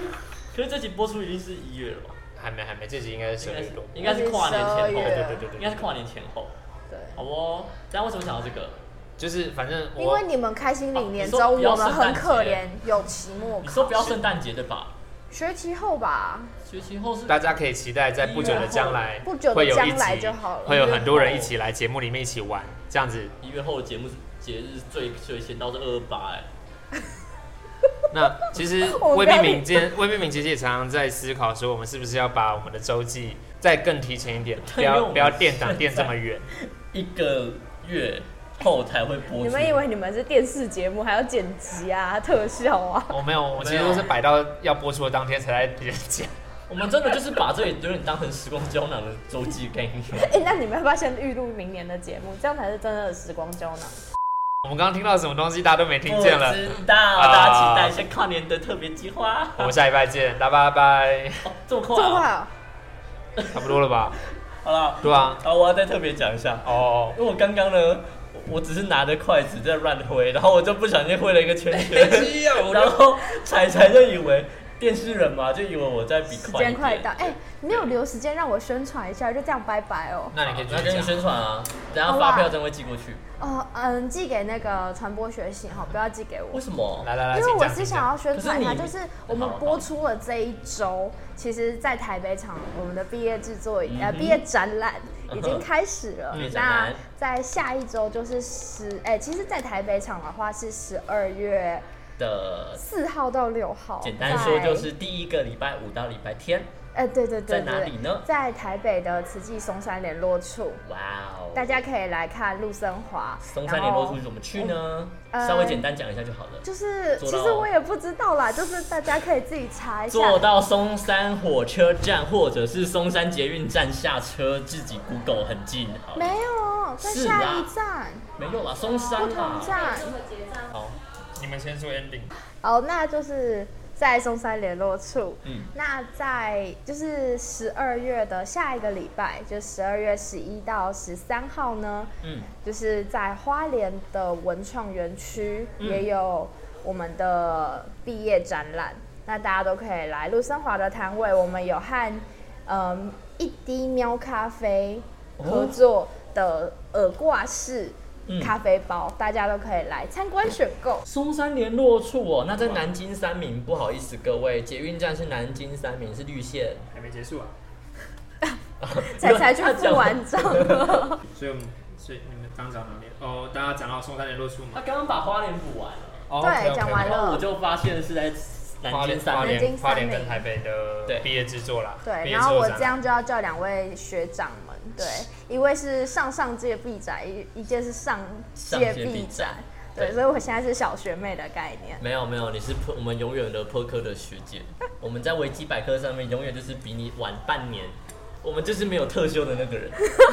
可是这集播出已经是一月了吧？
还没还没，这集应该是十二
应该
月
是
多。
应该是跨年前
12
后，
月
对对对
应
对对，
该是跨年前后。
对，
好哦，但为什么想到这个？
就是反正
因
我
为你们开心领年
哦
终，
你说
我们很可
不要
怜，有期末
你说
考
不，要圣诞节对吧？
学期后吧，
学期后是
大家可以期待在不久的将来，
不久的
会有一
将来
集
就好了
会有很多人一起来节目里面一起玩，这样子。
一月后的节目是节日最最先到是二二八哎，
那其实
我
魏
不要
明
脸
明今天魏明明其实也常常在思考说，我们是不是要把我们的周记再更提前一点，不
因为我
要
们
不要垫档垫这么 远。
一个月后才会播出。
你们以为你们是电视节目，还要剪辑啊、特效啊？
我没有，我其实都是摆到要播出的当天才在别人讲。
我们真的就是把这里有点当成时光胶囊的周记概念？
哎、那你们要不要先预录明年的节目？这样才是真的时光胶囊。
我们刚刚听到什么东西，大家都没听 见了
不。知道，
啊
大家期待一下跨年的特别计划。
我们下礼拜见，大家拜 拜，
哦这么
这么快
快啊？
啊、
差不多了吧？
好了，
对啊，
好，我要再特别讲一下。
哦，
因为我刚刚呢，我只是拿着筷子在乱挥，然后我就不小心挥了一个圈 圈，
哎啊
然后彩彩就以为电视人嘛，就以为我在比
时
快一点
间快到，哎、没有留时间让我宣传一下，就这样拜拜哦。
那你可以
哎那
继
跟你
续讲。
宣传啊，等下
好
发
啦
票真会寄过去。
呃，嗯，寄给那个传播学系哈，不要寄给我
为。什么？
来来来，
因为
请
我
讲
是想，啊要宣传一下，
可是
就
你
是我们播出了这一周，其实，在台北场我们的毕业制作、
嗯
呃
哼
毕业展览已
嗯
经
哼
开始了
毕业。展
那
览
在下一周就是十，哎，其实，在台北场的话是十二月
的，
四号到六号。
简单说就是，第一个礼拜五到礼拜天，
哎，对对对
在
对，
哪里呢？
在台北的慈济松山联络处，
哇
大
哦，
家可以来看陆生华。
松山联络处怎么去呢？
呃
稍微简单讲一下就好了。
就是，
做
其
到
实我也不知道啦，就是大家可以自己查一下。
坐到松山火车站或者是松山捷运站下车，自己 Google 很近，好了，
没有，在
是啊
下
啦
一站，
没有啦，松
不
山啊
同
啦，
站。
好，
你们先说 ending。
好，那就是在松山联络处。
嗯，
那在就是十二月的下一个礼拜，就十二月十一到十三号呢，
嗯，
就是在花莲的文创园区、
嗯
也有我们的毕业展览，那大家都可以来陆生华的摊位，我们有和嗯一滴喵咖啡合作的耳挂式
嗯
咖啡包，大家都可以来参观选 购。
松山联络处哦，那在南京三明，不好意思各位，捷运站是南京三明，是绿线，
还没结束啊，
才才去付完账。
所以我们所以你们刚讲哪里？哦，大家讲到松山联络处
他
吗？
刚刚把花莲补完了，
哦
对
OK，OK，OK
讲完了
然后我就发现是在
花
南京
莲、
三
花
明，
南京
莲、
三
花莲
明
跟台北的
对
毕业制作啦。毕
对，
业
然后我
制作展，
这样就要叫两位学长们，对，一位是上上届毕展，一一届是上
上届
毕
毕展
对，
对
所以我现在是小学妹的概念。
没有没有，你是破我们永远的破科的学姐， 我们在维基百科上面永远就是比你晚半年，我们就是没有特休的那个人，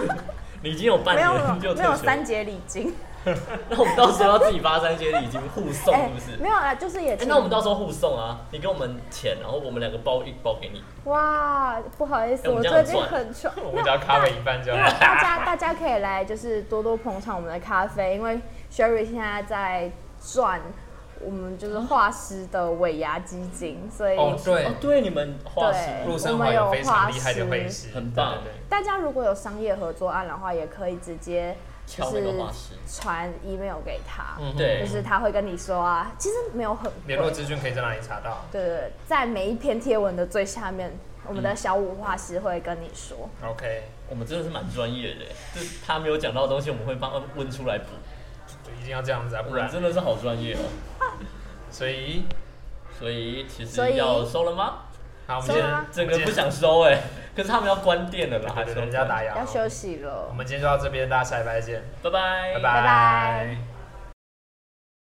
你已经有半
没有
年就有
没
特
有
休，
三节礼金，
那我们到时候要自己发三些礼金互 送哦是不是？
哎没有啦，就是也
哎、
请、
那我们到时候互送啊，你给我们钱，然后我们两个包一包给你。
哇，不好意思，
哎我
我
们这
最
样
近
赚
很 穷
我们只要 cover 一半就
那
好。
大家大家可以来，就是多多捧场我们的咖啡，因为 Sherry 现在在赚我们就是画师的尾牙基金，所以
哦，对
哦，，对，你们画师
对
陆生华有非常厉害的会师，
很棒
对对嗯对
大家如果有商业合作案的话，也可以直接就
敲那
是
个画师，
传 email 给他，
嗯哼
对
就是他会跟你说啊，其实没有很贵
联络资讯可以在哪里查到
对对对，在每一篇贴文的最下面，我们
嗯
的小五画师会跟你说。
？OK，
我们真的是蛮专业的，就是他没有讲到的东西，我们会帮他问出来补，
就一定要这样子啊，
我
不
们
然
真的是好专业哦。
所以
所以其
所以
实要收了吗？
好，我们
收
今
了吗
天
整个不想收哎、可是他们要关店了啦，
打
还
给
是
人家打烊，哦
要休息了
我。们今天就到这边，大家下礼拜见，
拜拜，
拜
拜拜
拜。